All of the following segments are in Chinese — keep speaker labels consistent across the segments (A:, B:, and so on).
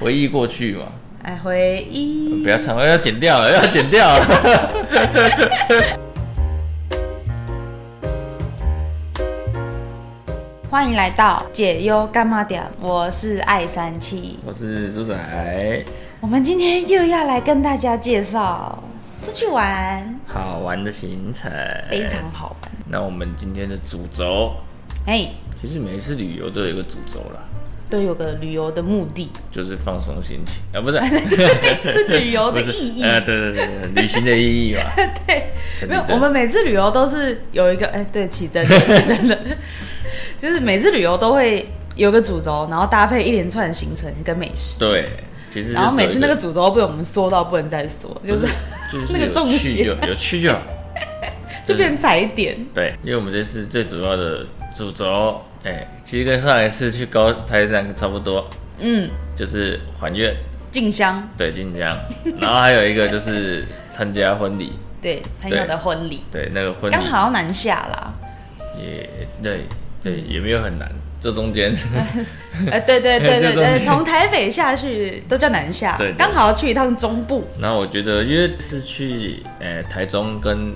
A: 回忆过去嘛，
B: 哎，回忆
A: 不要唱了，要剪掉了， 要剪掉了。
B: 欢迎来到解忧干妈点，我是爱三七。
A: 我是猪仔，
B: 我们今天又要来跟大家介绍出去玩，
A: 好玩的行程，
B: 非常好玩。
A: 那我们今天的主轴，
B: 哎，
A: 其实每一次旅游都有一个主轴啦，
B: 都有个旅游的目的，
A: 就是放松心情啊，不是
B: 是旅游的
A: 不是
B: 意义。
A: 呃，对对对，对旅行的意义嘛。
B: 对，
A: 陈
B: 没有
A: 绮，贞
B: 我们每次旅游都是有一个，哎、对，起真 的，起真的，就是每次旅游都会有个主轴，然后搭配一连串的行程跟美食，
A: 对，其实就
B: 然后每次那个
A: 只
B: 主轴被我们说到不能再说，
A: 有一
B: 就是
A: 个不是就是
B: 那个
A: 有
B: 重
A: 趣
B: 点
A: 就有趣就好，
B: 就变踩点。
A: 对，因为我们这次最主要的主轴，哎、其实跟上一次去高台南差不多，
B: 嗯，
A: 就是还愿，
B: 静香，
A: 对，晋江，然后还有一个就是参加婚礼，
B: 对，朋友的婚礼，
A: 对，那个婚礼
B: 刚好要南下啦。
A: 也对对，也没有很难，这中间
B: 呃，对对对
A: 这
B: 对
A: 种
B: 对，从台北下去都叫南下
A: 对，对
B: 刚好要去一趟中部。
A: 然后我觉得，因为是去呃台中跟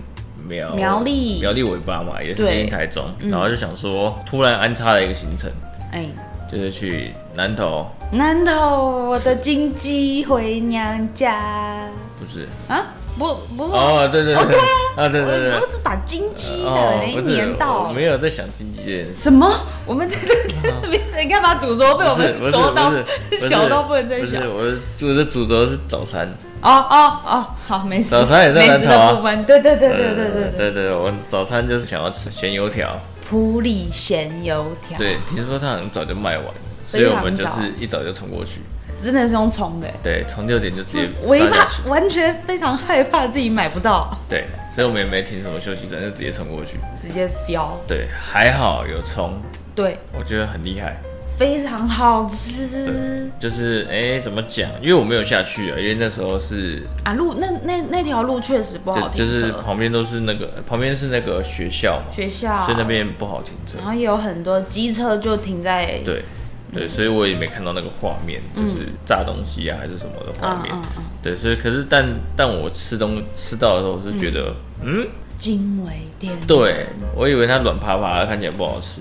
A: 苗
B: 苗栗
A: 苗栗尾巴嘛，也是
B: 对嗯
A: 接近台中，然后就想说，突然安插了一个行程，
B: 哎，
A: 就是去南投，
B: 南投，我的金鸡回娘家
A: 不是？
B: 啊，不不是
A: 哦，对对对， 啊对对对
B: 我，我只把金鸡
A: 哦
B: 的，一
A: 不是
B: 哎年，到
A: 我没有在想经济这件事。
B: 什么？我们这个 你干嘛诅咒 被我
A: 不是
B: 们
A: 不是
B: 说到
A: 不是不是
B: 小到不能再
A: 不
B: 小
A: 是？我的我的主轴是早餐，
B: 哦哦哦，好，没事。
A: 早餐也在
B: 美
A: 南
B: 食
A: 投啊
B: 的部分，对对对对对
A: 呃
B: 对对。
A: 对对，我早餐就是想要吃咸油条，
B: 普里咸油条，
A: 对，听说它很早就卖完了，所
B: 非
A: 以
B: 常
A: 我们就
B: 早
A: 是一早就冲过去，
B: 真的是用冲的欸，
A: 对，从六点就直接
B: 嗯我一
A: 杀下
B: 怕
A: 去，
B: 完全非常害怕自己买不到，
A: 对，所以我们也没停什么休息站，就直接冲过去，
B: 直接飙。
A: 对，还好有冲，
B: 对，
A: 我觉得很厉害，
B: 非常好吃
A: 就是哎、怎么讲？因为我没有下去啊，因为那时候是
B: 啊！路那那那条路确实不好
A: 就就
B: 停车，
A: 是旁边都是那个旁边是那个学校嘛，
B: 学校，
A: 所以那边不好停车
B: 然，后也有很多机车就停在
A: 对。对，所以我也没看到那个画面，就是炸东西啊还是什么的画
B: 嗯
A: 面。
B: 嗯嗯，
A: 对，所以可是但但我吃东吃到的时候，我是觉得，嗯，
B: 惊为天，
A: 对我以为它软趴趴的，看起来不好吃，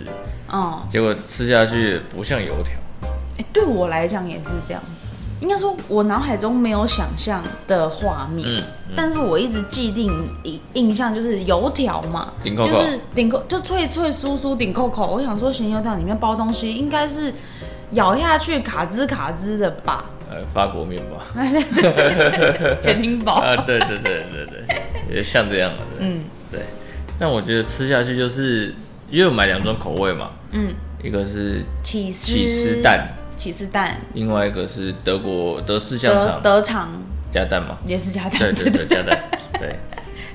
B: 嗯，
A: 结果吃下去不像油条，
B: 哎、对我来讲也是这样子。应该说，我脑海中没有想象的画面，
A: 嗯
B: 但是我一直既定印印象就是油条嘛，
A: 顶扣
B: 就
A: 扣
B: 是顶扣就脆脆酥酥顶扣扣。我想说，咸油条里面包东西应该是咬下去卡吱卡吱的吧，
A: 呃，法国面包
B: 全听饱。
A: 啊，对对对对对，也像这样的，嗯，对。但我觉得吃下去就是，因为我买两种口味嘛，
B: 嗯，
A: 一个是
B: 起司
A: 起司，蛋，
B: 起司蛋，
A: 另外一个是德国德式香
B: 德
A: 肠
B: 德肠
A: 加蛋嘛，
B: 也是加蛋，
A: 对对对，加蛋，对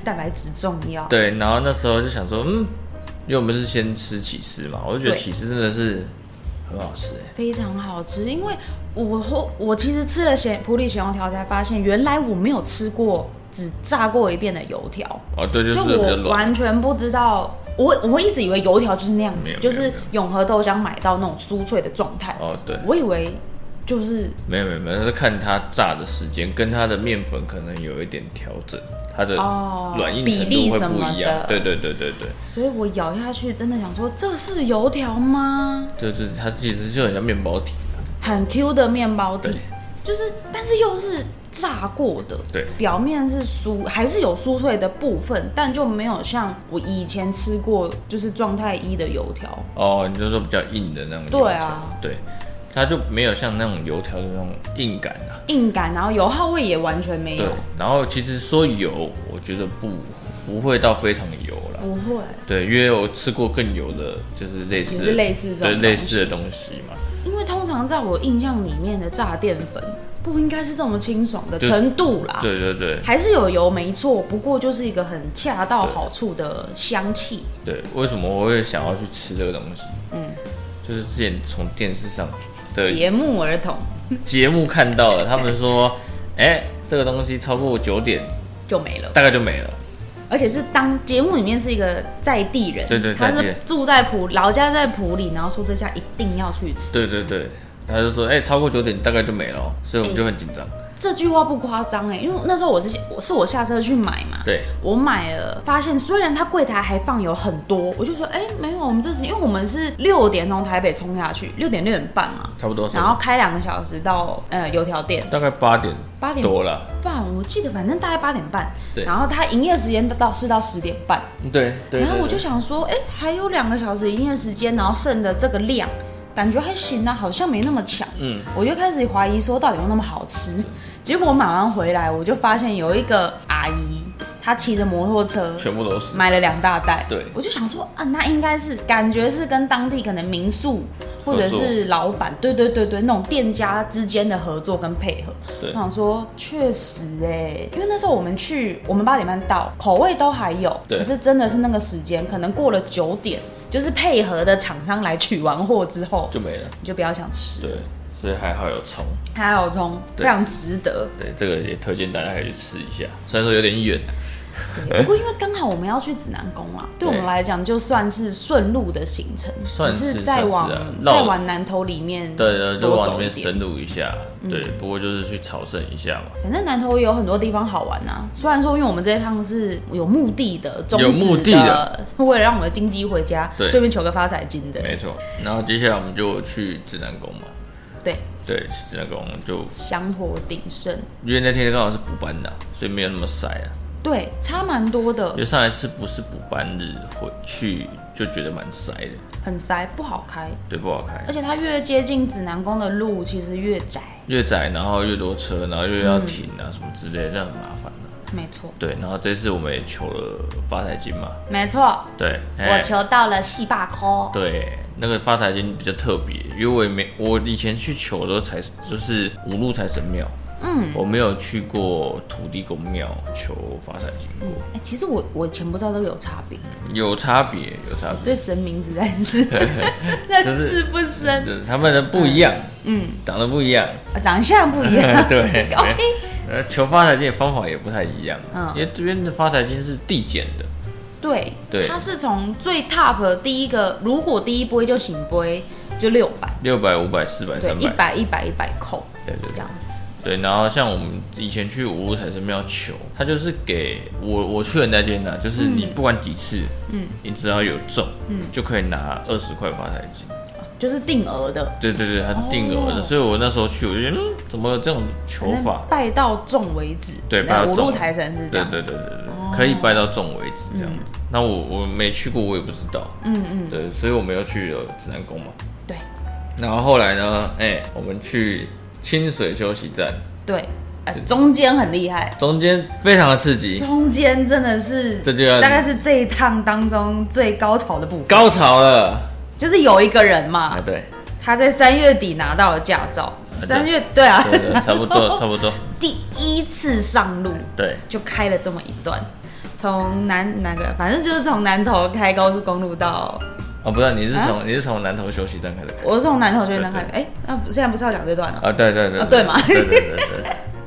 B: 蛋白质重要。
A: 对。然后那时候就想说，嗯，因为我们是先吃起司嘛，我就觉得
B: 对
A: 起司真的是很好吃哎，
B: 非常好吃，因为我后我其实吃了咸普里咸油条，才发现原来我没有吃过只炸过一遍的油条，
A: 哦，对，就是比较
B: 我
A: 软，
B: 完全不知道。我我一直以为油条就是那样
A: 哦没
B: 子
A: 有，
B: 就
A: 没有
B: 是
A: 没有
B: 永和豆浆买到那种酥脆的状态。
A: 哦，对。
B: 我以为就是
A: 没有没有没有，那是看它炸的时间跟它的面粉可能有一点调整，它的
B: 哦
A: 软硬
B: 比
A: 程度
B: 例
A: 会
B: 什
A: 不
B: 么
A: 一样。
B: 的
A: 对对对对对，
B: 所以我咬下去真的想说，这是油条吗？
A: 就是它其实就很像面包体。
B: 很 Q 的面包体
A: 对，
B: 就是但是又是炸过的，
A: 对
B: 表面是酥，还是有酥脆的部分，但就没有像我以前吃过就是状态一的油条，
A: 哦，你就说比较硬的那种油条。
B: 对啊
A: 对，它就没有像那种油条的那种硬感啊。
B: 硬感，然后油耗味也完全没
A: 对
B: 有，，
A: 然后其实说油，我觉得不不会到非常油啦。
B: 不会，
A: 对，因为我吃过更油的，就是类似的
B: 也是类似这种
A: 对
B: 东西
A: 类似的东西嘛。
B: 因为通常在我印象里面的炸淀粉不应该是这么清爽的
A: 对
B: 程度啦。
A: 对对对
B: 还是有油没错，不过就是一个很恰到好处的香气。
A: 对，为什么我会想要去吃这个东西？
B: 嗯，
A: 就是之前从电视上的
B: 节目儿童
A: 节目看到了，他们说，哎、这个东西超过九点
B: 就没了。
A: 大概就没了。
B: 而且是当节目里面是一个在地人，
A: 对对
B: 他
A: 在地
B: 是
A: 人
B: 住在普老家在普里，然后说这家一定要去吃，
A: 对对对，他就说，哎、超过九点大概就没了哦，所以我们就很紧张。哎
B: 这句话不夸张哎，因为那时候我是我是我下车去买嘛，
A: 对，
B: 我买了，发现虽然它柜台还放有很多，我就说哎、没有，我们这时因为我们是六点从台北冲下去，六点六点半嘛，
A: 差不多。
B: 然后开两个小时到呃油条店，
A: 大概八点
B: 八点
A: 多了，
B: 半，我记得反正大概八点半，
A: 对
B: 然后它营业时间到是到十点半，
A: 对对。
B: 然后我
A: 对
B: 就想说，哎、还有两个小时营业时间，然后剩的这个量，感觉还行啊，好像没那么强。
A: 嗯，
B: 我就开始怀疑说，到底有没有那么好吃？结果我买完回来，我就发现有一个阿姨，她骑着摩托车。
A: 全部都是。
B: 买了两大袋，
A: 对
B: 我就想说啊，那应该是感觉是跟当地可能民宿或者
A: 合作
B: 是老板，对对对对，那种店家之间的合作跟配合。
A: 对
B: 我，想说，确实哎、因为那时候我们去，我们八点半到，口味都还有，
A: 对
B: 可是真的是那个时间，可能过了九点，就是配合的厂商来取完货之后，
A: 就没了。
B: 你就不要想吃，
A: 对，所以还好有葱。
B: 还有葱，非
A: 对
B: 常值得。
A: 对，这个也推荐大家可以去吃一下，虽然说有点远，
B: 不过因为刚好我们要去指南宫啊，对我们
A: 对
B: 来讲就算是顺路的行程，
A: 算
B: 只
A: 是
B: 是再往
A: 算是啊绕
B: 再往南头里面
A: 对对，就
B: 多
A: 往里
B: 走一
A: 面
B: 点。嗯
A: 深入一下。对，不过就是去朝圣一下嘛，
B: 反正南头也有很多地方好玩呐、虽然说，因为我们这一趟是有目的的，宗
A: 有
B: 旨
A: 目的
B: 的，为了让我们的经济回家，
A: 对
B: 顺便求个发财金的。
A: 没错。然后接下来我们就去指南宫嘛，
B: 对，
A: 对，去指南宫就
B: 香火鼎盛，
A: 因为那天刚好是补班的啊、所以没有那么塞啊。
B: 对，差蛮多的
A: 因，为上一次不是补班日回去就觉得蛮塞的，
B: 很塞，不好开。
A: 对，不好开
B: 而，且它越接近指南宫的路，其实越窄，
A: 越窄然后越多车，然后又
B: 嗯
A: 要停啊、什么之类的，这样很麻烦的、
B: 没错，
A: 对，然后这次我们也求了发财金嘛，
B: 没错，
A: 对，
B: 我
A: 哎
B: 求到了戏霸扣，
A: 对，那个发财金比较特别，因为我也没我以前去求的财就是五路财神庙，
B: 嗯，
A: 我没有去过土地公庙求发财金过，
B: 哎、其实我我以前不知道这个有差别，
A: 有差别，有差别，
B: 对神明实在 是认
A: 就是嗯
B: 识不深，
A: 就是他们的不一样，
B: 嗯，
A: 长得不一 样，
B: 啊长相不一样。
A: 对
B: OK，
A: 呃，求发财金的方法也不太一样，
B: 嗯
A: 因为这边的发财金是递减的，
B: 对，
A: 对
B: 它是从最 top 的第一个，如果第一波就醒杯就六百，
A: 六百、五百、四百、
B: 对
A: 三，
B: 一
A: 百，
B: 百一百一百扣
A: 对对
B: 这
A: 对
B: 样。子，
A: 对。然后像我们以前去五路财神庙求，他就是给我我去的那间呢、就是你不管几次，
B: 嗯，
A: 你只要有中，嗯，就可以拿二十块发财金。
B: 就是定额的。
A: 对对对，它是定额的，
B: 哦
A: 所以我那时候去，我就觉得嗯，怎么有这种求
B: 反正
A: 法？
B: 拜到中为止。
A: 对
B: 那
A: 拜到
B: 五
A: 中
B: 路财神是这
A: 对
B: 样。哦
A: 对对对对，可以拜到中为止这样子。那我我没去过，我也不知道，
B: 嗯嗯，
A: 对，所以我没有去了指南宫嘛。
B: 对
A: 然后后来呢，哎、我们去清水休息站，
B: 对，呃，中间很厉害，
A: 中间非常的刺激，
B: 中间真的是，
A: 这就要
B: 大概是这一趟当中最高潮的部分，
A: 高潮了
B: 就是有一个人嘛
A: 啊！，对，
B: 他在三月底拿到了驾照，
A: 对
B: 三月对啊，
A: 对对，差不多，差不多，
B: 第一次上路
A: 对
B: 就开了这么一段。从南哪个，反正就是从南头开高速公路到，
A: 哦，不是，你
B: 啊
A: 是从、你是从南头休息站开始看
B: 我是从南头去南开，
A: 对
B: 哎、那不现在不是要讲这段了、
A: 啊？对对对
B: 啊对嘛
A: 对对对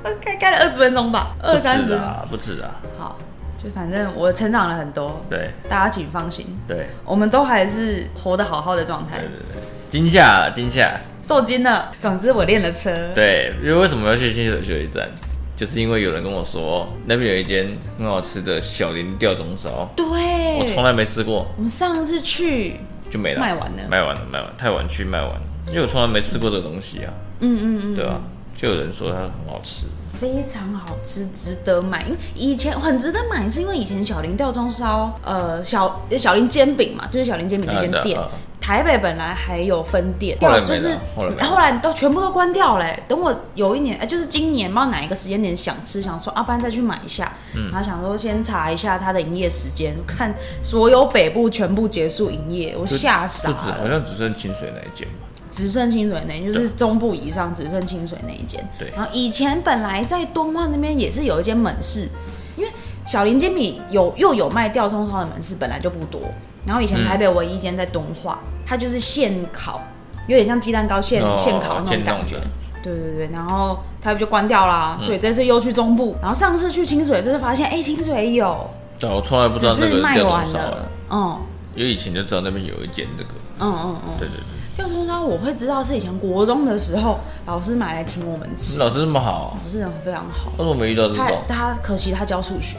A: 对，
B: 开开了二十分钟吧， 二三
A: 不
B: 十
A: 止
B: 分钟，
A: 啊，不止啊，
B: 好，就反正我成长了很多，
A: 对
B: 大家请放心，
A: 对
B: 我们都还是活得好好的状态
A: 对对，对，惊吓惊吓，
B: 受惊了。总之我练了车，
A: 对，因为为什么要去清水休息站？就是因为有人跟我说那边有一间很好吃的小林吊钟烧，
B: 对，
A: 我从来没吃过，
B: 我们上次去，
A: 就没了，
B: 卖完了
A: 卖完了，卖完了，太晚去卖完了，因为我从来没吃过这个东西啊，
B: 嗯嗯嗯，
A: 对啊，就有人说它很好吃，
B: 非常好吃，值得买。因为以前很值得买，是因为以前小林吊钟烧，呃，小小林煎饼嘛，就是小林煎饼那间
A: 啊对啊
B: 店
A: 啊，
B: 台北本来还有分店，啊
A: 后来没了
B: 就是
A: 后来没了
B: 后来都全部都关掉嘞。等我有一年，哎，就是今年不知道哪一个时间点想吃，想说啊，不然再去买一下，
A: 嗯
B: 然后想说先查一下它的营业时间，看所有北部全部结束营业，我吓傻
A: 不止，好
B: 了。
A: 像只剩清水那一间吧，
B: 只剩清水那一间，就
A: 对
B: 是中部以上只剩清水那一间。
A: 对
B: 然后以前本来在东万那边也是有一间门市，因为小林煎饼有又有卖吊钟烧的门市本来就不多，然后以前台北唯一一间在东化，它就是现烤，有点像鸡蛋糕现、
A: 哦
B: 现烤那
A: 现弄的
B: 种感觉。对对对，然后台北就关掉啦，
A: 嗯
B: 所以这次又去中部，然后上次去清水就是发现，哎、清水也有，
A: 但我从来不知
B: 只
A: 道那
B: 是
A: 个
B: 卖
A: 吊
B: 完
A: 钟烧啊
B: 了，。嗯
A: 因为以前就知道那边有一间这个，
B: 嗯嗯嗯，
A: 对对对，
B: 吊钟烧我会知道是以前国中的时候老师买来请我们
A: 你
B: 吃，
A: 老师这么好，
B: 老师人非常好。
A: 为什么没遇到这
B: 他
A: 种
B: 他可惜他教数学，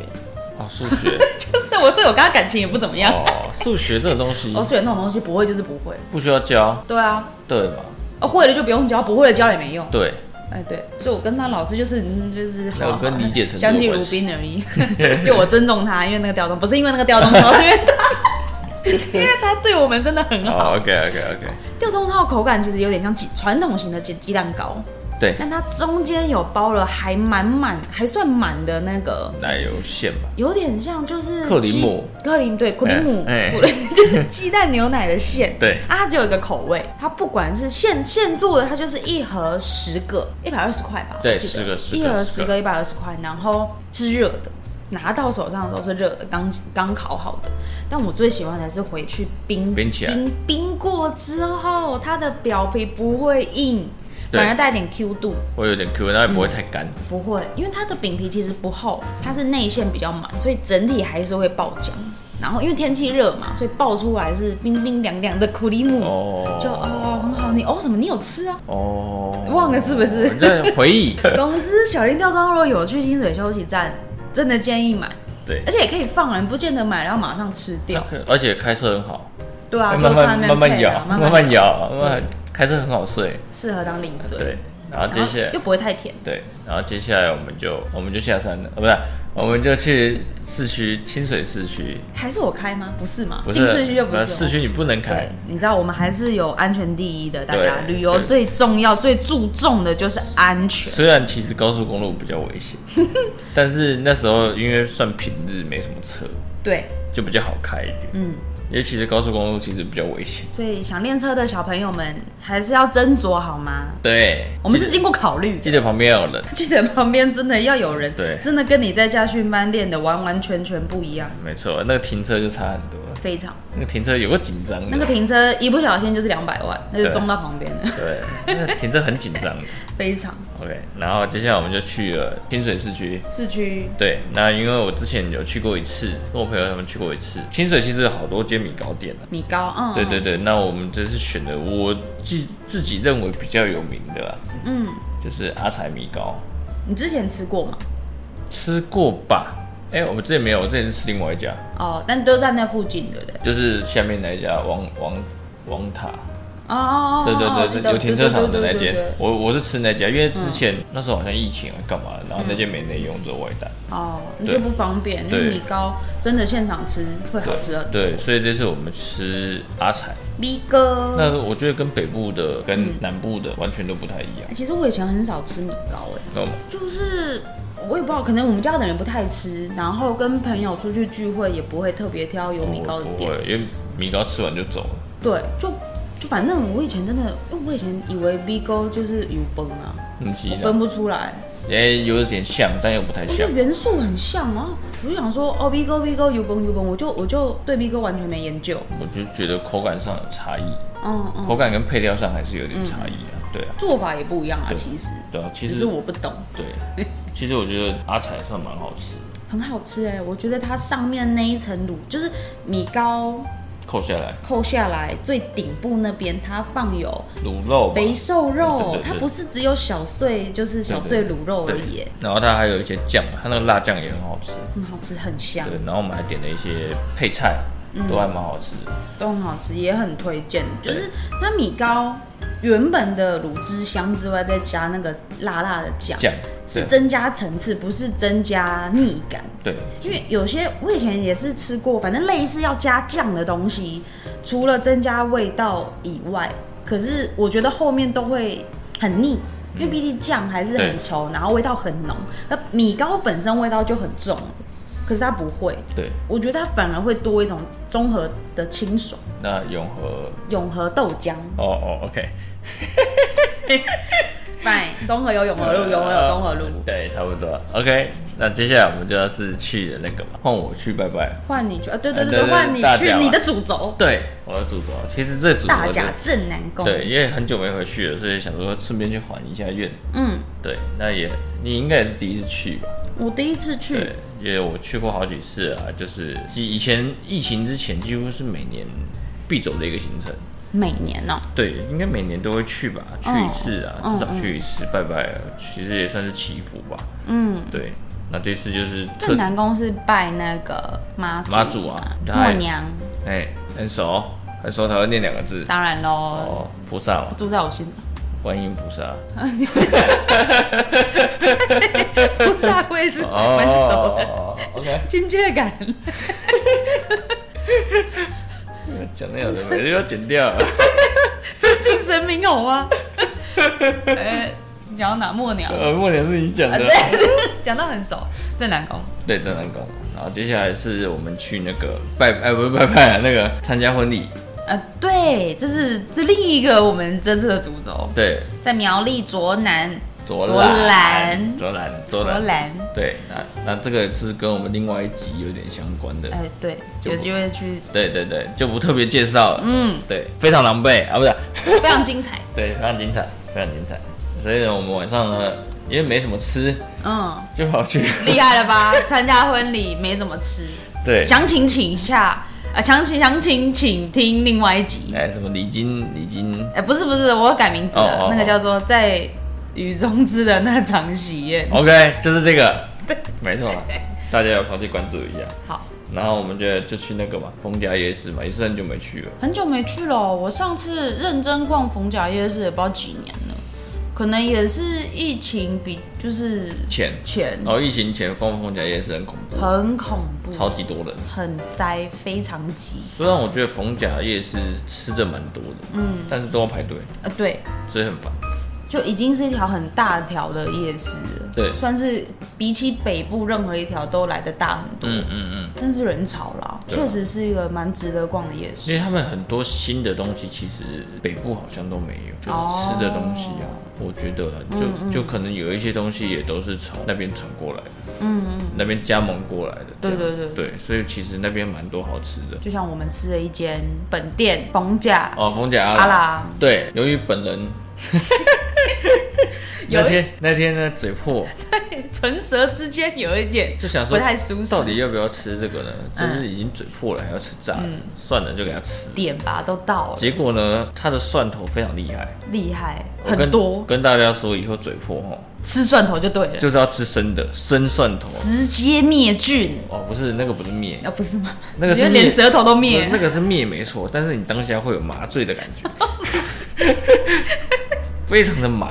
A: 啊？数 学
B: 就是 我对我跟他感情也不怎么样。
A: 哦，数学这个东西
B: 我数学那种东西不哦会就是不会，
A: 不需要教，
B: 对啊，
A: 对吧？
B: 呃会了就不用教，不会了教也没用。
A: 对，
B: 哎，对，所以我跟他老师就是嗯就是
A: 那
B: 好
A: 个跟理解程度
B: 相敬
A: 有
B: 如
A: 关系
B: 宾而已。 就我尊重他，因为那个调动不是因为那个调动操，是因为 他，因为他对我们真的很好。
A: 哦，OK OK OK，
B: 吊钟烧的口感其实有点像鸡传统型的鸡鸡蛋糕，
A: 对，
B: 但它中间有包了还满满还算满的那个，
A: 奶油馅吧，
B: 有点像就是
A: 克里
B: 鸡
A: 姆
B: 克里姆对克里姆，
A: 哎哎
B: 克里就是鸡蛋牛奶的馅。
A: 对
B: 啊，它只有一个口味，它不管是现现做的，它就是一盒十个，一百二十块吧，
A: 对
B: 我记得
A: 10个10个
B: 一盒
A: 10
B: 十
A: 个
B: 个一百二十块，然后是热的，拿到手上的时候是热的，刚刚烤好的。但我最喜欢的是回去冰
A: 冰起来
B: 冰冰过之后，它的表皮不会硬，
A: 对
B: 反而带点 Q 度，
A: 会有点 Q，但也不会太干。
B: 不会，因为它的饼皮其实不厚，它是内馅比较满，所以整体还是会爆浆。然后因为天气热嘛，所以爆出来是冰冰凉凉的苦力姆。
A: 哦，
B: 就哦很好，你哦什么你有吃啊？
A: 哦，
B: 忘了是不是
A: 这回 忆，
B: 总之，小林吊装如果有去清水休息站，真的建议买，
A: 对
B: 而，且也可以放人，不见得买然后马上吃掉。
A: 而且开车很好，
B: 对啊，就
A: 慢慢
B: 看那边
A: 慢慢
B: 配
A: 咬
B: 啊，慢
A: 慢慢咬，慢慢开车很好睡，
B: 适合当零嘴。
A: 对，然
B: 然
A: 后
B: 后
A: 接下来
B: 又不会太甜。
A: 对，然后接下来我们就我们就下山了，啊，不是，我们就去市区清水市区，
B: 还是我开吗？不是吗？
A: 不是
B: 进市区就不
A: 呃
B: 是
A: 市。区你不能开
B: 对，，你知道我们还是有安全第一的，大家
A: 对
B: 旅游
A: 对
B: 最重要、最注重的就是安全。
A: 虽然其实高速公路比较危 险，但是那时候因为算平日没什么车，
B: 对，
A: 就比较好开一点，
B: 嗯，
A: 因为其实高速公路其实比较危险，
B: 所以想练车的小朋友们还是要斟酌好吗？
A: 对，
B: 我们
A: 记
B: 是
A: 得
B: 经过考虑的
A: 记得旁边要有人，
B: 记得旁边真的要有人，
A: 对
B: 真的跟你在家训班练的完完全全不一样，
A: 没错，那个停车就差很多了，
B: 非常。
A: 那个停车有个紧张的，
B: 那个停车一不小心就是两百万，那就撞到旁边了，
A: 对，那个停车很紧张的。
B: 非常。
A: OK，然后接下来我们就去了清水市区。
B: 市区
A: 对，那因为我之前有去过一次，跟我朋友他们去过一次。清水其实有好多间米糕店啊。
B: 米高，嗯，
A: 对对，对，那我们这次选的我自自己认为比较有名的啦，
B: 嗯，
A: 就是阿财米糕，
B: 你之前吃过吗？
A: 吃过吧？哎、我之前没有，我之前吃另外一家，
B: 哦，但都在那附近，对不对？
A: 就是下面那一家王王王塔，
B: 哦哦哦，
A: 对对
B: 哦
A: 对，是有停车场的那间，。
B: 我记得对对对对对对嗯
A: 我我是吃那家，因为之前那时候好像疫情啊干嘛，然后那间没内用做外带。
B: 哦，你
A: 对
B: 就不方便，因
A: 对
B: 为米糕真的现场吃会好吃啊很多。
A: 对，所以这次我们吃阿财，
B: 米哥，
A: 那我觉得跟北部的
B: 嗯
A: 跟南部的完全都不太一样，
B: 欸其实我以前很少吃米糕，哎，
A: 那我们
B: 就是我也不知道，可能我们家的人不太吃，然后跟朋友出去聚会也不会特别挑有米糕的
A: 哦不
B: 店
A: 会，，因为米糕吃完就走了。
B: 对，就就反正我以前真的，因为我以前以为米糕就是油崩啊，
A: 嗯，是
B: 我
A: 的
B: 分不出来，
A: 也有点像，但又不太
B: 我觉
A: 像
B: 得。元素很像啊，我就想说哦米糕米糕油崩油崩，我就我就对米糕完全没研究，
A: 我就觉得口感上有差异，
B: 嗯嗯，
A: 口感跟配料上还是有点差异啊。对啊，
B: 做法也不一样啊，
A: 对
B: 其实
A: 对啊，其
B: 只
A: 实
B: 是我不懂，
A: 对， 其实我觉得阿彩算蛮好吃，
B: 很好吃哎、我觉得它上面那一层卤就是米糕
A: 扣下来
B: 扣下来最顶部那边它放有。
A: 卤肉吧
B: 肥瘦
A: 对
B: 肉
A: 对对，
B: 它不是只有小碎，就是小碎卤肉而已
A: 对，，然后它还有一些酱，它那个辣酱也很好吃。
B: 很好吃，很香
A: 对，，然后我们还点了一些配菜，
B: 嗯
A: 都还蛮好吃的。
B: 都很好吃，也很推荐。就
A: 对
B: 是它米糕原本的卤汁香之外，再加那个辣辣的酱，
A: 酱
B: 是
A: 对
B: 增加层次，不是增加腻感。
A: 对，
B: 因为有些我以前也是吃过，反正类似要加酱的东西，除了增加味道以外，可是我觉得后面都会很腻，
A: 嗯
B: 因为毕竟酱还是
A: 对
B: 很稠，然后味道很浓。那米糕本身味道就很重，可是它不会，
A: 对，
B: 我觉得它反而会多一种综合的清爽，
A: 那永和
B: 永和豆浆，
A: 哦哦，OK，
B: 拜， 综合有永和
A: 呃
B: 路，永和有东和路，
A: 对，差不多。OK，那接下来我们就要是去那个嘛，换我去拜拜。
B: 换你去啊，对对
A: 啊
B: 对
A: 对对
B: 对，换你
A: 大
B: 去
A: 甲，
B: 你的主轴
A: 对，我的主轴，其实最主轴
B: 大
A: 的
B: 甲镇南宫，
A: 对，，因为很久没回去了，所以想说顺便去还一下愿。
B: 嗯，
A: 对，那也你应该也是第一次去吧？
B: 我第一次去
A: 对。，因为我去过好几次啊，就是以以前疫情之前几乎是每年必走的一个行程。
B: 每年哦、
A: 对，应该每年都会去吧，去一次啊，
B: 嗯
A: 至少去一次拜拜啊，其实也算是祈福吧。
B: 嗯，
A: 对，那这次就是特
B: 正南宫是拜那个妈祖
A: 妈祖啊，
B: 默
A: 他
B: 娘，
A: 哎很熟，很熟才会念两个字
B: 当然喽，
A: 哦，菩萨嘛，
B: 住在 我心，
A: 观音菩萨。
B: 菩萨我也是
A: 哦
B: 蛮熟的，
A: ，OK，
B: 亲切 感。
A: 讲那有的没的要剪掉了。
B: 尊敬神明 好吗？哎、你讲到哪默娘，
A: 呃，默娘是你讲的。
B: 讲到很熟，正南宫。
A: 对，正南宫。然后接下来是我们去那个拜，哎，不是拜拜啊，那个参加婚礼。
B: 呃，对，这是这另一个我们这次的主轴，
A: 对，
B: 在苗栗卓南
A: 卓
B: 卓兰
A: 卓兰，
B: 卓
A: 卓兰。
B: 兰，
A: 对，那那这个是跟我们另外一集有点相关的。
B: 哎、对，
A: 就
B: 有机会去，
A: 对对对，就不特别介绍了。
B: 嗯，
A: 对，非常狼狈啊，不是，
B: 非常精彩，
A: 对，非常精彩，非常精彩。所以呢，我们晚上呢，因为没什么吃，
B: 嗯，
A: 就跑去
B: 厉害了吧？参加婚礼没怎么吃，
A: 对，
B: 详情请一下，啊，详情详情请听另外一集。
A: 哎，什么礼金礼金，
B: 哎、不是不是，我有改名字了，
A: 哦哦哦
B: 那个叫做在雨中之的那场喜宴。
A: OK，就是这个，没错，大家要跑去关注一下。
B: 好，
A: 然后我们就就去那个嘛，丰家夜市嘛，也是很久没去了。
B: 很久没去了哦，我上次认真逛逢甲夜市也不知道几年了，可能也是疫情比就是
A: 前，
B: 前
A: 然后疫情前逛丰家夜市很恐怖，
B: 很恐怖，
A: 哦超级多人。
B: 很塞，非常挤。
A: 虽然我觉得逢甲夜市吃的蛮多的，嗯，但是都要排队，
B: 呃，对，
A: 所以很烦。
B: 就已经是一条很大条的夜市了，
A: 对
B: 算是比起北部任何一条都来的大很多，
A: 嗯嗯嗯，
B: 但是人潮啦，
A: 对啊啊
B: 确实是一个蛮值得逛的夜市。
A: 因为他们很多新的东西，其实北部好像都没有，
B: 哦
A: 就是吃的东西啊。我觉得啦就、
B: 嗯
A: 就可能有一些东西也都是从那边传过来的，嗯嗯，那边加盟过来的这样。
B: 对对
A: 对，所以其实那边蛮多好吃的。
B: 就像我们吃了一间本店逢甲
A: 哦，冯甲
B: 阿
A: 阿拉，
B: 拉，
A: 对，由于本人
B: 有一
A: 那天那天呢嘴破，
B: 唇舌之间有一点
A: 就想
B: 不
A: 说
B: 太舒适，
A: 到底要不要吃这个呢？就是已经嘴破了，还要吃炸的，
B: 嗯
A: 算了，就给他吃。
B: 点吧都到了，
A: 结果呢，他的蒜头非常厉害，
B: 厉害
A: 我跟
B: 很多，
A: 跟大家说，以后嘴破吼，
B: 吃蒜头就对了，
A: 就是要吃生的，生蒜头。
B: 直接灭菌
A: 哦，不是那个不是灭，
B: 啊，不是吗？
A: 那个
B: 你
A: 是
B: 就连
A: 灭，
B: 舌头都
A: 那
B: 灭，
A: 那个是灭没错，但是你当下会有麻醉的感 觉，非常的麻，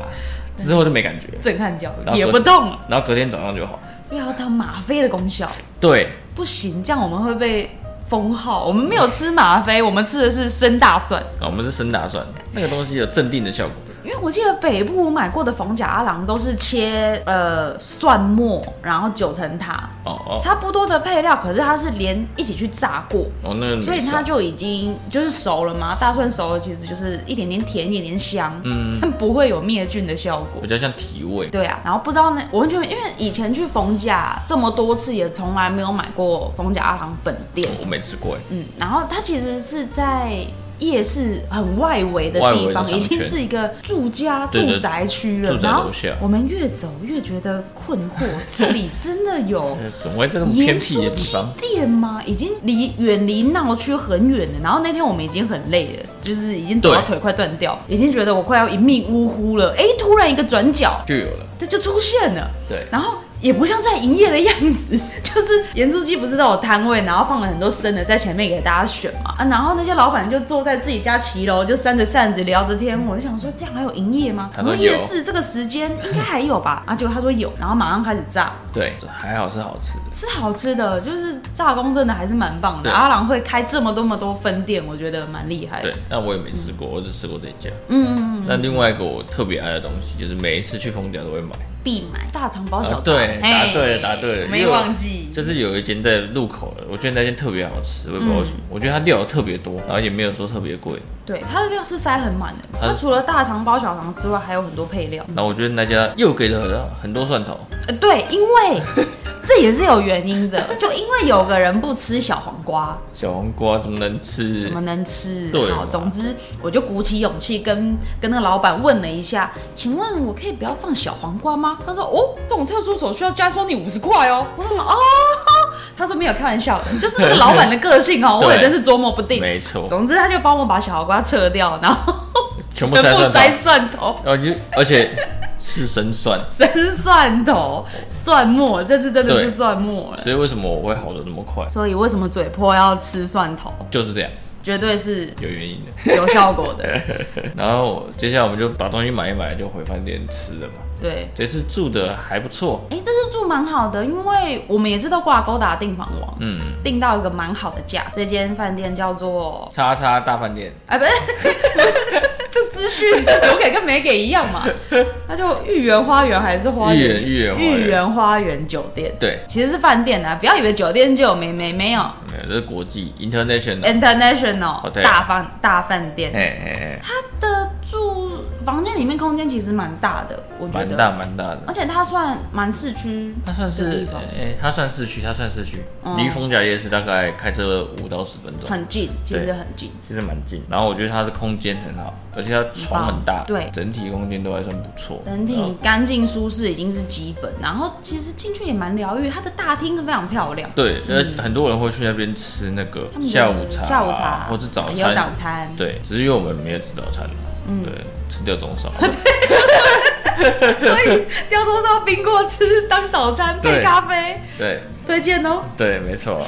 A: 之后就没感觉，
B: 震撼教
A: 然后
B: 育也
A: 隔
B: 不动了，
A: 然后隔天早上就好。
B: 不要当吗啡的功效，
A: 对，
B: 不行，这样我们会被封号。我们没有吃吗啡，我们吃的是生大蒜。
A: 啊，我们是生大蒜，那个东西有镇定的效果。
B: 因为我记得北部我买过的逢甲阿郎都是切呃蒜末，然后九层塔，
A: 哦哦，
B: 差不多的配料，可是它是连一起去炸过，
A: 哦那个没
B: 所以它
A: 蒜
B: 就已经就是熟了嘛。大蒜熟了，其实就是一点点甜，一点点香，嗯，但 不会有灭菌的效果
A: 比。较像提味。
B: 对啊，然后不知道那我完全因为以前去逢甲这么多次，也从来没有买过逢甲阿郎本店，
A: 我没吃过哎，
B: 嗯，然后它其实是在夜市很外围的
A: 外
B: 地
A: 围的
B: 方，已
A: 商
B: 经
A: 圈
B: 是一个住家
A: 对
B: 住
A: 对
B: 宅区了。
A: 住宅
B: 然后
A: 楼下
B: 我们越走越觉得困惑，这里真的有
A: 呃怎么会在这么偏
B: 盐
A: 僻的
B: 酥
A: 地
B: 鸡
A: 方？
B: 店吗？已经离远离闹区很远了。然后那天我们已经很累了，就是已经走到
A: 对
B: 腿快断掉，已经觉得我快要一命呜呼了。哎，突然一个转角，
A: 就有了，
B: 这就出现了。
A: 对，
B: 然后也不像在营业的样子， 就是盐酥鸡不是都有摊位，然后放了很多生的在前面给大家选嘛，啊，然后那些老板就坐在自己家骑楼，就扇着扇子聊着天，我就想说这样还有营业吗？
A: 他
B: 我
A: 说
B: 们
A: 有
B: 夜市这个时间应该还有吧？啊，结果他说有，然后马上开始炸，
A: 对，这还好是好吃的。
B: 是好吃的，就是炸工真的还是蛮棒的。
A: 对
B: 阿郎会开这么多么多分店，我觉得蛮厉害的
A: 对。，那我也没吃过，我只吃过这一家。
B: 嗯嗯嗯，
A: 那另外一个我特别爱的东西，就是每一次去丰家都会买，
B: 必买大肠包小肠、
A: 啊对答
B: 嘿
A: 对了答对了
B: 没
A: 因为我
B: 忘记，
A: 就是有一间在路口的，我觉得那间特别好吃，我也不知道为什
B: 嗯
A: 么，我觉得它料特别多，然后也没有说特别贵，
B: 对，它的料是塞很满的。
A: 它
B: 它
A: 是
B: 除了大肠包小肠之外，还有很多配料。
A: 然后我觉得那家又给了很很多蒜头，
B: 呃，对，因为这也是有原因的，就因为有个人不吃小黄瓜，
A: 小黄瓜怎么能吃？
B: 怎么能吃？
A: 对啊
B: 好，
A: 嘛
B: 总之我就鼓起勇气跟跟那个老板问了一下，请问我可以不要放小黄瓜吗？他说哦，这种特殊手续要加收你五十块哦。我说哦，他说没有开玩笑的，就是这个老板的个 性哦、
A: 对
B: 我也真是琢磨不定。
A: 没错，
B: 总之，他就帮我把小黄瓜撤掉，然后
A: 全部
B: 全
A: 塞蒜
B: 部塞
A: 头，
B: 蒜头、
A: 然后就而且是生蒜，
B: 生蒜头、 蒜末，这次真的是
A: 对
B: 蒜末了。
A: 所以为什么我会好的那么快，
B: 所以为什么嘴破要吃蒜头？
A: 就是这样，
B: 绝对是
A: 有原因的。
B: 有效果 的。
A: 然后接下来我们就把东西买一买，就回饭店吃了嘛。
B: 对，
A: 这次住的还不错，
B: 哎、这次住蛮好的，因为我们也是都挂勾打订房网，
A: 嗯，
B: 订到一个蛮好的价。这间饭店叫做，
A: 叉叉大饭店，
B: 哎、不是， 这资讯有给跟没给一样嘛？ 那就豫园花园还是花
A: 豫
B: 园？
A: 园豫园花园
B: 豫园花园酒店。
A: 对，
B: 其实是饭店啊，不要以为酒店就有没没没有
A: 没有，这是国际
B: 哎
A: international，
B: international
A: Hotel
B: 大饭大饭店，
A: 哎哎哎，
B: 它的住房间里面空间其实蛮大的，我觉
A: 蛮
B: 得
A: 大蛮大的
B: 而。且它算蛮市区，
A: 它算
B: 的地
A: 是，
B: 方
A: 哎、它算市区，它算市区，
B: 嗯
A: 离逢甲夜市大概开车五到十分钟，
B: 很近，其实
A: 对
B: 很近。
A: 其实蛮近。然后我觉得它的空间很好，而且它床很大，
B: 很棒对
A: 整体空间都还算不错。
B: 整
A: 然后
B: 体干净舒适已经是基本，然后其实进去也蛮疗愈，它的大厅非常漂亮。
A: 对，呃、很多人会去那边吃那个
B: 嗯他们的
A: 下午茶、啊
B: 下午茶
A: 或是早餐，
B: 有早餐，嗯
A: 对，只是因为我们没有吃早餐，对，吃掉中 少，
B: 所以雕塑烧冰过吃当早餐配
A: 对
B: 咖啡，
A: 对
B: 推荐哦。
A: 对，没错、啊。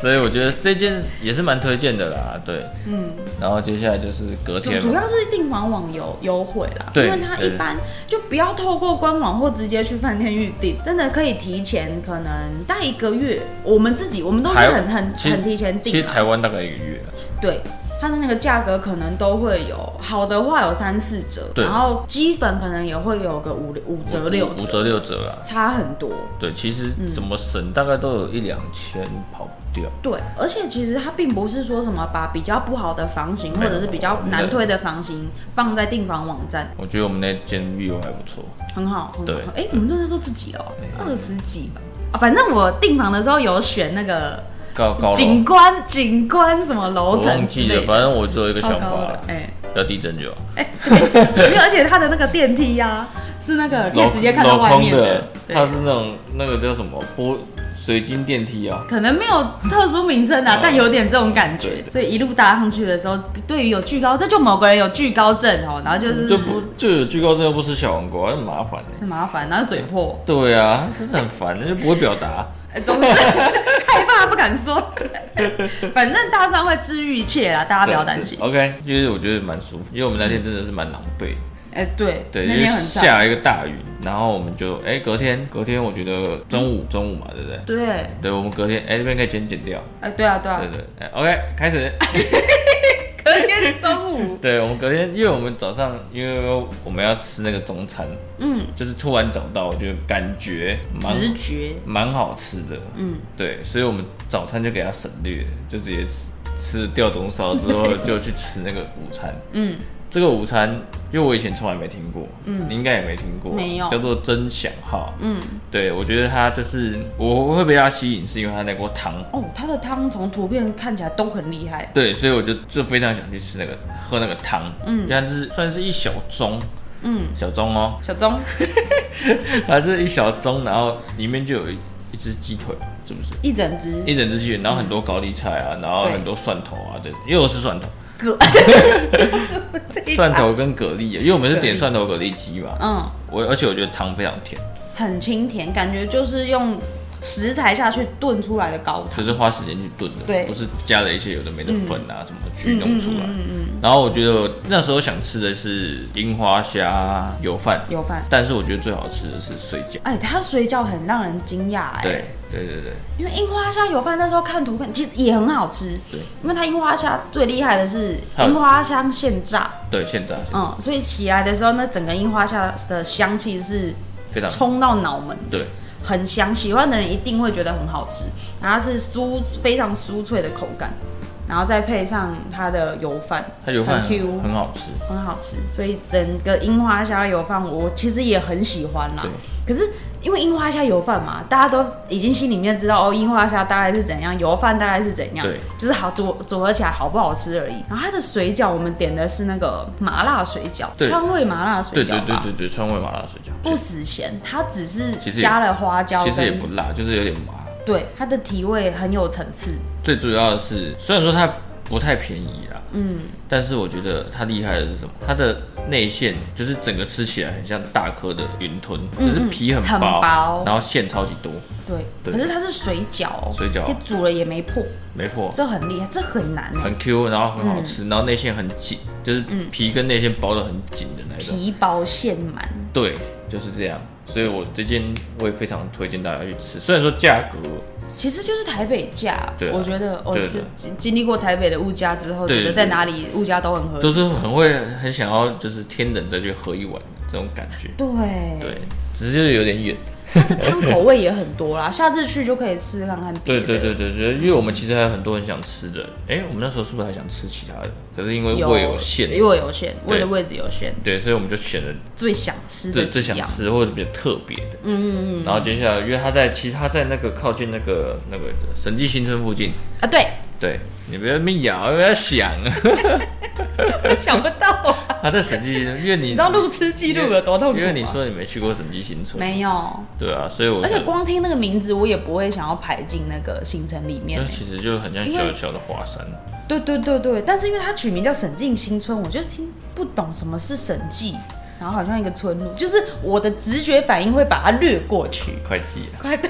A: 所以我觉得这件也是蛮推荐的啦，对，
B: 嗯，
A: 然后接下来就是隔
B: 主
A: 天
B: 主
A: 嘛，
B: 要是订房网游优惠啦，因
A: 对
B: 为它一
A: 对
B: 般就不要透过官网或直接去饭店预订，真的可以提前可能大概一个月，我们自己我们都是
A: 台
B: 很很
A: 其实
B: 很提前
A: 其实
B: 订、啊，
A: 台湾大概一个月啊，
B: 对。它的那个价格可能都会有，好的话有三四折，
A: 对
B: 然后基本可能也会有个五五折嗯六
A: 五五折六折啦，
B: 差很多。
A: 对，其实怎么省大概都有一两千跑不掉，
B: 对，而且其实它并不是说什么把比较不好的房型或
A: 没有
B: 者是比较难推的房型放在订房网站，
A: 我觉得我们那间 view 还不错，
B: 很好，很
A: 对
B: 好。哎、我们那时候住几楼？二十几吧。啊，反正我订房的时候有选那个
A: 高高哦楼
B: 景观景观什么楼
A: 我
B: 层
A: 忘
B: 之
A: 记了，
B: 类的，
A: 反正我只有一个
B: 超
A: 想
B: 高
A: 法
B: 的，，哎、
A: 要地震就好，
B: 因为而且它的那个电梯呀、是那个可以直接看
A: 嗯
B: 到
A: 镂
B: 外
A: 空
B: 面
A: 的
B: 的，，
A: 它
B: 对，
A: 是那种那个叫什么玻水晶电梯啊，
B: 可能没有特殊名称啊
A: 哦，
B: 但有点这种感觉
A: 对，对
B: 所以一路搭上去的时候，对于有惧高，这就某个人有惧高症哦，然后就是
A: 就不就有居高症又不吃小黄瓜，很麻烦欸
B: 很麻烦，然后嘴 破，
A: 对啊，真的很烦，就不会表达。
B: 哎总之 害怕不敢说， 反正大山会治愈一切啦，大家不要担心
A: 对。对 OK，就是我觉得蛮舒服，因为我们那天真的是蛮狼狈的。
B: 哎、对，
A: 对，
B: 那
A: 因为
B: 天很赞。
A: 下了一个大雨，然后我们就哎、隔天隔天我觉得中
B: 嗯
A: 午中午嘛，对不对？
B: 对，哎、
A: 对，我们隔天哎、这边可以剪剪掉，
B: 对啊，对啊
A: 对，对哎 OK 开 始。
B: 隔天中午，
A: 对，我们隔天因为我们早上因为我们要吃那个中餐，
B: 嗯，
A: 就是突然找到，我觉得感觉 蛮
B: 直觉，
A: 蛮好吃的，
B: 嗯，
A: 对，所以我们早餐就给它省略，就直接吃吃吊钟烧之后就去吃那个午餐。
B: 嗯，
A: 这个午餐，因为我以前从来没听过，嗯，你应该也没听过，
B: 没有
A: 叫做真享号，
B: 嗯，
A: 对，我觉得它就是我会被它吸引，是因为它那锅汤，
B: 哦，它的汤从图片看起来都很厉害，
A: 对，所以我就就非常想去吃那个喝那个汤，嗯，它就是算是一小盅，
B: 嗯，
A: 小盅哦，
B: 小钟，
A: 它是一小盅，然后里面就有一一只鸡腿，是不是？
B: 一整只，
A: 一整只鸡腿，然后很多高丽菜啊，然后
B: 对
A: 很多蒜头啊，对，因为我是蒜头，
B: 个，
A: 蒜，头跟蛤蜊，啊因为我们是点
B: 啊蛤蜊
A: 蒜头蛤蜊鸡嘛，
B: 嗯，
A: 我而且我觉得汤非常甜，
B: 很清甜，感觉就是用食材下去炖出来的高汤，
A: 就是花时间去炖的，
B: 对嗯
A: 不是加了一些有的没的粉啊什么去弄出来。然后我觉得我那时候想吃的是樱花虾油饭，
B: 有饭。
A: 但是我觉得最好吃的是水饺。
B: 哎，它水饺很让人惊讶哎，
A: 对对对对，
B: 因为樱花虾油饭那时候看图片，其实也很好吃。
A: 对，
B: 因为它樱花虾最厉害的是
A: 它有
B: 樱花香现炸，
A: 对，现在
B: 嗯，所以起来的时候，那整个樱花虾的香气是
A: 非常
B: 冲到脑门，
A: 对
B: 很香，喜欢的人一定会觉得很好吃。然后它是酥，非常酥脆的口感，然后再配上它的油饭，
A: 它油饭
B: 很 Q，
A: 很好吃，
B: 很好吃。所以整个樱花虾油饭，我其实也很喜欢啦
A: 对。
B: 可是因为樱花虾油饭嘛，大家都已经心里面知道哦，樱花虾大概是怎样，油饭大概是怎样，
A: 对，
B: 就是好组组合起来好不好吃而已。然后它的水饺，我们点的是那个麻辣水饺，
A: 对
B: 川味麻辣水
A: 对
B: 饺
A: 对
B: 吧。
A: 对对对，川味麻辣水饺，
B: 不死咸，它只是
A: 其实也
B: 加了花椒，
A: 其实也
B: 跟
A: 不辣，就是有点麻。
B: 对，它的体味很有层次。
A: 最主要的是，虽然说它不太便宜啦，嗯，但是我觉得它厉害的是什么？它的内馅就是整个吃起来很像大颗的云吞，只是皮嗯很
B: 很
A: 薄，
B: 薄
A: 然后馅超级多，
B: 对，
A: 对
B: 可是它是水饺、哦，
A: 水饺
B: 这煮了也没破，
A: 没错，
B: 这很厉害，这很难欸
A: 很 Q，然后很好吃，然后内馅很紧，就是皮跟内馅包的很紧的那一种。
B: 皮薄馅满，
A: 对，就是这样。所以我这间我也非常推荐大家去吃，虽然说价格，
B: 其实就是台北价。
A: 对啊
B: 我觉得哦
A: 对，的
B: 这经经历过台北的物价之后，
A: 对
B: 觉得
A: 对
B: 在哪里物价都很合
A: 都
B: 理。
A: 是很会很想要就是天冷再去喝一碗这种感觉。
B: 对，
A: 对，只是就是有点远。
B: 它的汤口味也很多啦，下次去就可以试试看看别
A: 对
B: 的。
A: 对对对对，因为我们其实还有很多很想吃的。哎、我们那时候是不是还想吃其他的？可是因为胃有限，
B: 因为有限，
A: 对
B: 为了位置有限，
A: 对，所以我们就选了
B: 最想吃
A: 最
B: 的
A: 最
B: 几
A: 想
B: 样。
A: 吃或者比较特别的。嗯嗯嗯。然后接下来，因为他在其实他在那个靠近那个那个审计新村附近，
B: 啊，对，
A: 对你不要那边咬，不要想，啊
B: 我想不到啊，
A: 他在审计新村，因为你
B: 你知道路痴记录有多痛苦啊吗
A: 因为你说你没去过审计新村，
B: 没有，
A: 对啊，所以我
B: 而
A: 就
B: 且光听那个名字，我也不会想要排进那个行程里面
A: 那
B: 欸。
A: 其实就很像
B: 因为
A: 小小的华山，
B: 对对对对，但是因为它取名叫沈静新村，我就听不懂什么是沈记，然后好像一个村落，就是我的直觉反应会把它略过 去。
A: 会计啊，
B: 快对，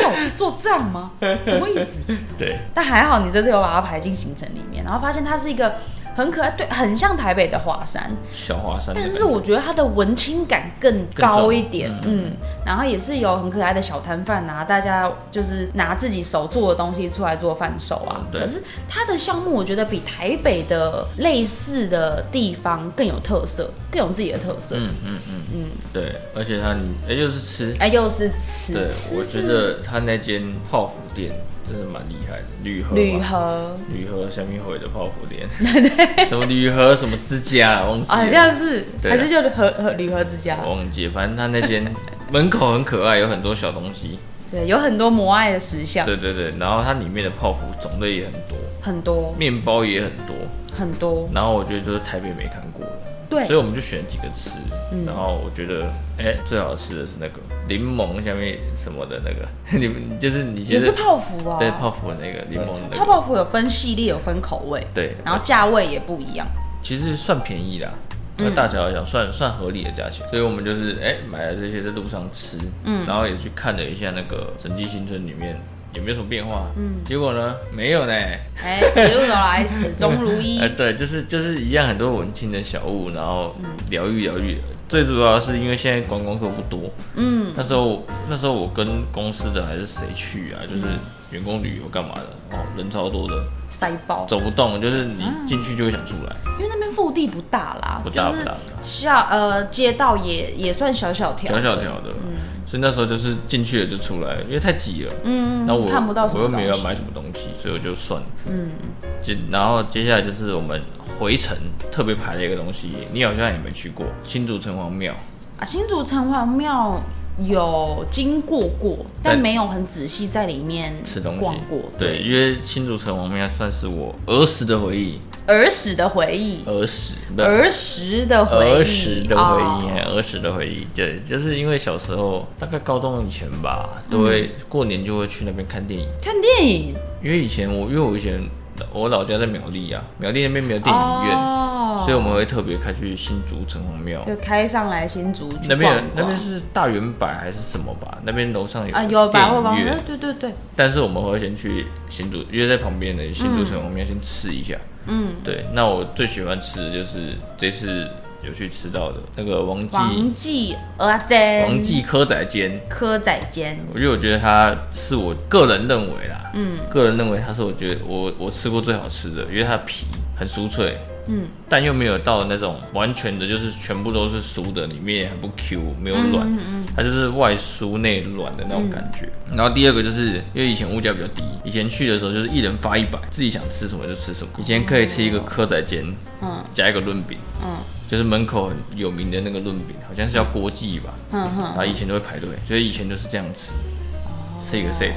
B: 叫我去做账吗？ 什么意思？
A: 对，
B: 但还好你这次有把它排进行程里面，然后发现它是一个很可爱，对，很像台北的华山，
A: 小华山的感
B: 但
A: 觉。
B: 是我觉得它的文青感更高一点，嗯，然后也是有很可爱的小摊贩啊，大家就是拿自己手做的东西出来做贩售啊。
A: 嗯对
B: 可是它的项目，我觉得比台北的类似的地方更有特色，更有自己的特色。
A: 嗯嗯嗯嗯，对，而且他哎、又是吃，
B: 哎，又是吃
A: 对，
B: 吃
A: 我觉得他那间泡芙店真的蛮厉害的，铝盒
B: 铝
A: 吧，
B: 盒，
A: 铝盒下面会的泡芙 店，什么铝盒什么之家啊，忘记
B: 啊好
A: 了，
B: 像是
A: 对啊哦
B: 还是就是盒盒铝盒之家，
A: 我忘记了，反正他那间门口很可爱，有很多小东西，
B: 对，有很多摩爱的石像，
A: 对对对，然后它里面的泡芙种类也很多，
B: 很多
A: 面包也很多，
B: 很多，
A: 然后我觉得就是台北没看过的，
B: 对嗯
A: 所以我们就选了几个吃，然后我觉得，哎、最好吃的是那个柠檬下面什么的那个， 你们就是你觉
B: 也是
A: 得
B: 泡芙啊，
A: 对泡芙的那个柠檬的那
B: 它
A: 个，
B: 泡芙有分系列，有分口味，
A: 对，
B: 然后价位也不一样。
A: 其实算便宜啦。那大小来讲算算合理的价钱，所以我们就是哎、买了这些在路上吃，嗯，然后也去看了一下那个神迹新村里面有没有什么变化，嗯，结果呢没有呢，
B: 哎，一路走来始终如一
A: 哎、。对，就是就是一样，很多文青的小物，然后疗愈疗愈。最主要是因为现在观光客不多，嗯，那时候那时候我跟公司的还是谁去啊，就是员工旅游干嘛的，哦，人超多的，
B: 塞爆，
A: 走不动，就是你进去就会想出来，
B: 因为那边腹地不大啦，
A: 不大不
B: 就
A: 大
B: 是
A: 不大
B: 下呃街道也也算小小条，
A: 小小，条的，所以那时候就是进去了就出来，因为太挤了，
B: 嗯，
A: 然后我
B: 看不到什
A: 我又
B: 么
A: 没有
B: 东
A: 要
B: 西。
A: 买什么东西，所以我就算了。嗯，接然后接下来就是我们回程特别排了一个东西，你好像也没去过新竹城隍庙，
B: 啊，新竹城隍庙有经过过，但
A: 但
B: 没有很仔细在里面
A: 吃东西
B: 逛过。
A: 对，，因为新竹城隍庙算是我儿时的回忆，
B: 儿时的回忆，
A: 儿时不是
B: 儿时的回忆，
A: 儿时的回忆，
B: 哦
A: 哎儿时的回忆，对，就是因为小时候大概高中以前吧，
B: 嗯
A: 都会、过年就会去那边看电影，
B: 看电影，
A: 因为以前我因为我以前我老家在苗栗啊，苗栗那边没有电影院，
B: 哦
A: 所以我们会特别开去新竹城隍庙。
B: 就开上来新竹去
A: 那边有
B: 逛一逛
A: 那边是大圆柏还是什么吧？那边楼上有
B: 啊有百货
A: 电
B: 公
A: 影院
B: 司，对对对，
A: 但是我们会先去新竹，因为在旁边的新竹城隍庙先吃一下。嗯，对。那我最喜欢吃的就是这次有去吃到的那个王记
B: 王记蚵仔煎，
A: 王记蚵仔煎，
B: 蚵仔煎，
A: 因为我觉得它是我个人认为啦，嗯，个人认为它是我觉得我我吃过最好吃的，因为它的皮很酥脆。嗯，但又没有到那种完全的，就是全部都是酥的，里面也很不 Q，没有软，它就是外酥内软的那种感觉。然后第二个就是因为以前物价比较低，以前去的时候就是一人发一百，自己想吃什么就吃什么。以前可以吃一个蚵仔煎，哦嗯，加一个润饼，嗯，就是门口很有名的那个润饼，好像是叫国际吧，嗯哼，然后以前都会排队，所以以前就是这样吃，吃一个 set，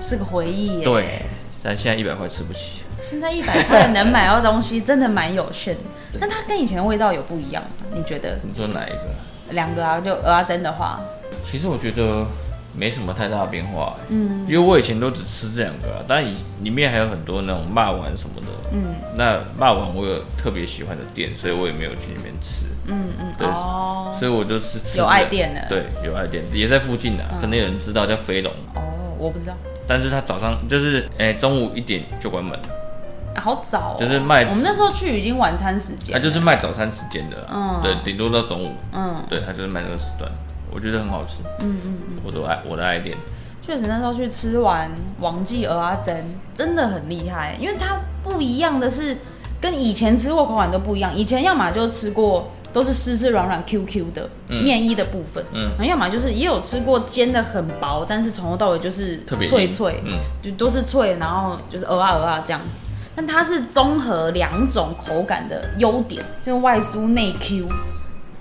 B: 是个回忆耶。，
A: 对，但现在一百块吃不起。
B: 现在一百块能买到东西，真的蛮有限的。那它跟以前的味道有不一样吗？你觉得？
A: 你说哪一个？
B: 两个啊，就蚵仔煎的话，
A: 其实我觉得没什么太大的变化、嗯，因为我以前都只吃这两个、啊，但以里面还有很多那种骂丸什么的，嗯，那骂丸我有特别喜欢的店，所以我也没有去里面吃，
B: 嗯嗯，
A: 对
B: 哦，
A: 所以我就是吃
B: 有
A: 这
B: 爱
A: 个
B: 店嗯的，
A: 对，有爱店也在附近的、可能有人知道叫飞龙，
B: 哦，我不知道，
A: 但是他早上就是哎、中午一点就关门了，
B: 啊好早、哦，
A: 就是卖
B: 我们那时候去已经晚餐时间
A: 他
B: 了，
A: 就是卖早餐时间的啦，
B: 嗯
A: 对，顶多到中午，
B: 嗯，
A: 对，他就是卖那个时段，我觉得很好吃，嗯嗯，我的爱我的爱店，
B: 确实那时候去吃完王记鹅阿珍真的很厉害，因为它不一样的是跟以前吃过口感都不一样，以前要么就吃过。都是湿湿软软 Q Q 的、面衣的部分，
A: 嗯
B: 然后要么就是也有吃过煎的很薄，但是从头到尾就是
A: 特别硬
B: 脆脆，
A: 嗯，
B: 就都是脆，然后就是鹅啊鹅啊这样子。但它是综合两种口感的优点，就是外酥内 Q，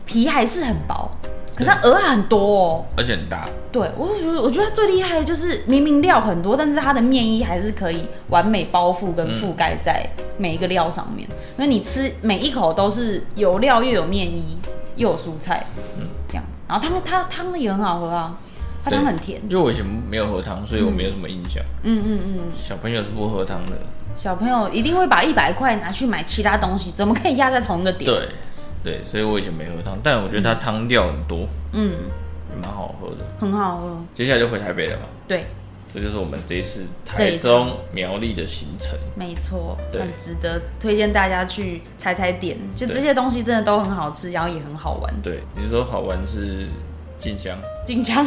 B: 皮还是很薄，可是它鹅啊很多哦。
A: 而且很大，
B: 对，我就觉得我觉得它最厉害的就是明明料很多，但是它的面衣还是可以完美包覆跟
A: 嗯
B: 覆盖在每一个料上面，因为你吃每一口都是有料又有面衣又有蔬菜，嗯，这样子。然后汤它汤也很好喝啊，它汤
A: 对
B: 很甜。
A: 因为我以前没有喝汤，所以我没有什么印象，
B: 嗯嗯嗯。
A: 小朋友是不喝汤的，
B: 小朋友一定会把一百块拿去买其他东西，怎么可以压在同一个点？
A: 对对，所以我以前没喝汤，但我觉得它汤料很多，
B: 嗯，
A: 也蛮好喝的。
B: 很好喝。
A: 接下来就回台北了嘛，
B: 对，
A: 这就是我们这一次
B: 这一
A: 台中苗栗的行程。
B: 没错，
A: 对
B: 很值得推荐大家去踩踩点。就这
A: 对
B: 些东西真的都很好吃，然后也很好玩。
A: 对，你说好玩是静香，
B: 进香，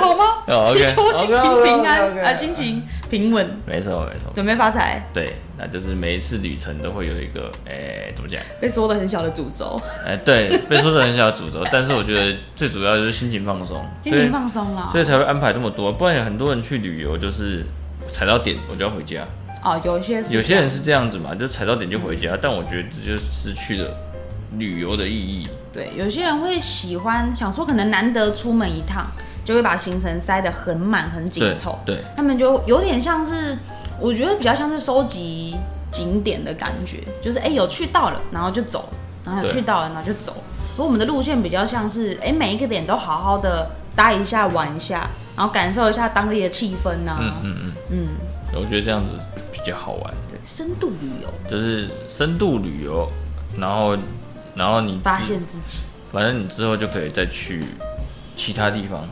B: 好吗？
A: 哦
B: 祈
A: ，OK，
B: 求心情
A: OK，OK，OK，OK，
B: 平安
A: OK
B: 啊，心情平稳，
A: 没错没错，
B: 准备发财。
A: 对，那就是每一次旅程都会有一个，哎、怎么讲？
B: 被说的很小的诅咒，
A: 哎、对，被说的很小的诅咒，但是我觉得最主要就是心情放松，
B: 心
A: 所以
B: 情放松啦
A: 所。以才会安排这么多，不然有很多人去旅游就是踩到点我就要回家，
B: 哦，有一些是
A: 有些人
B: 这样
A: 是这样子嘛，就踩到点就回家，但我觉得这就失去了旅游的意义。
B: 对，有些人会喜欢想说，可能难得出门一趟，就会把行程塞得很满很紧
A: 对
B: 凑。
A: 对，
B: 他们就有点像是，我觉得比较像是收集景点的感觉，就是哎、有去到了，然后就走，然后有
A: 对
B: 去到了，然后就走。而我们的路线比较像是，哎、每一个点都好好的待一下玩一下，然后感受一下当地的气氛呐、啊
A: 嗯嗯嗯我觉得这样子比较好玩，
B: 对深度旅游，
A: 就是深度旅游，然后然后你
B: 发，现自己。
A: 反正你之后就可以再去其他地方，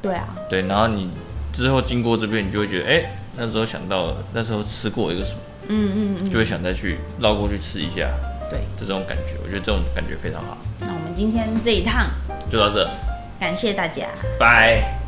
B: 对啊，
A: 对，然后你之后经过这边，你就会觉得，哎、那时候想到了，那时候吃过一个什么，嗯嗯嗯，就会想再去绕过去吃一下，
B: 对。
A: 这种感觉，我觉得这种感觉非常好。
B: 那我们今天这一趟，
A: 就到这，
B: 感谢大家。
A: 拜。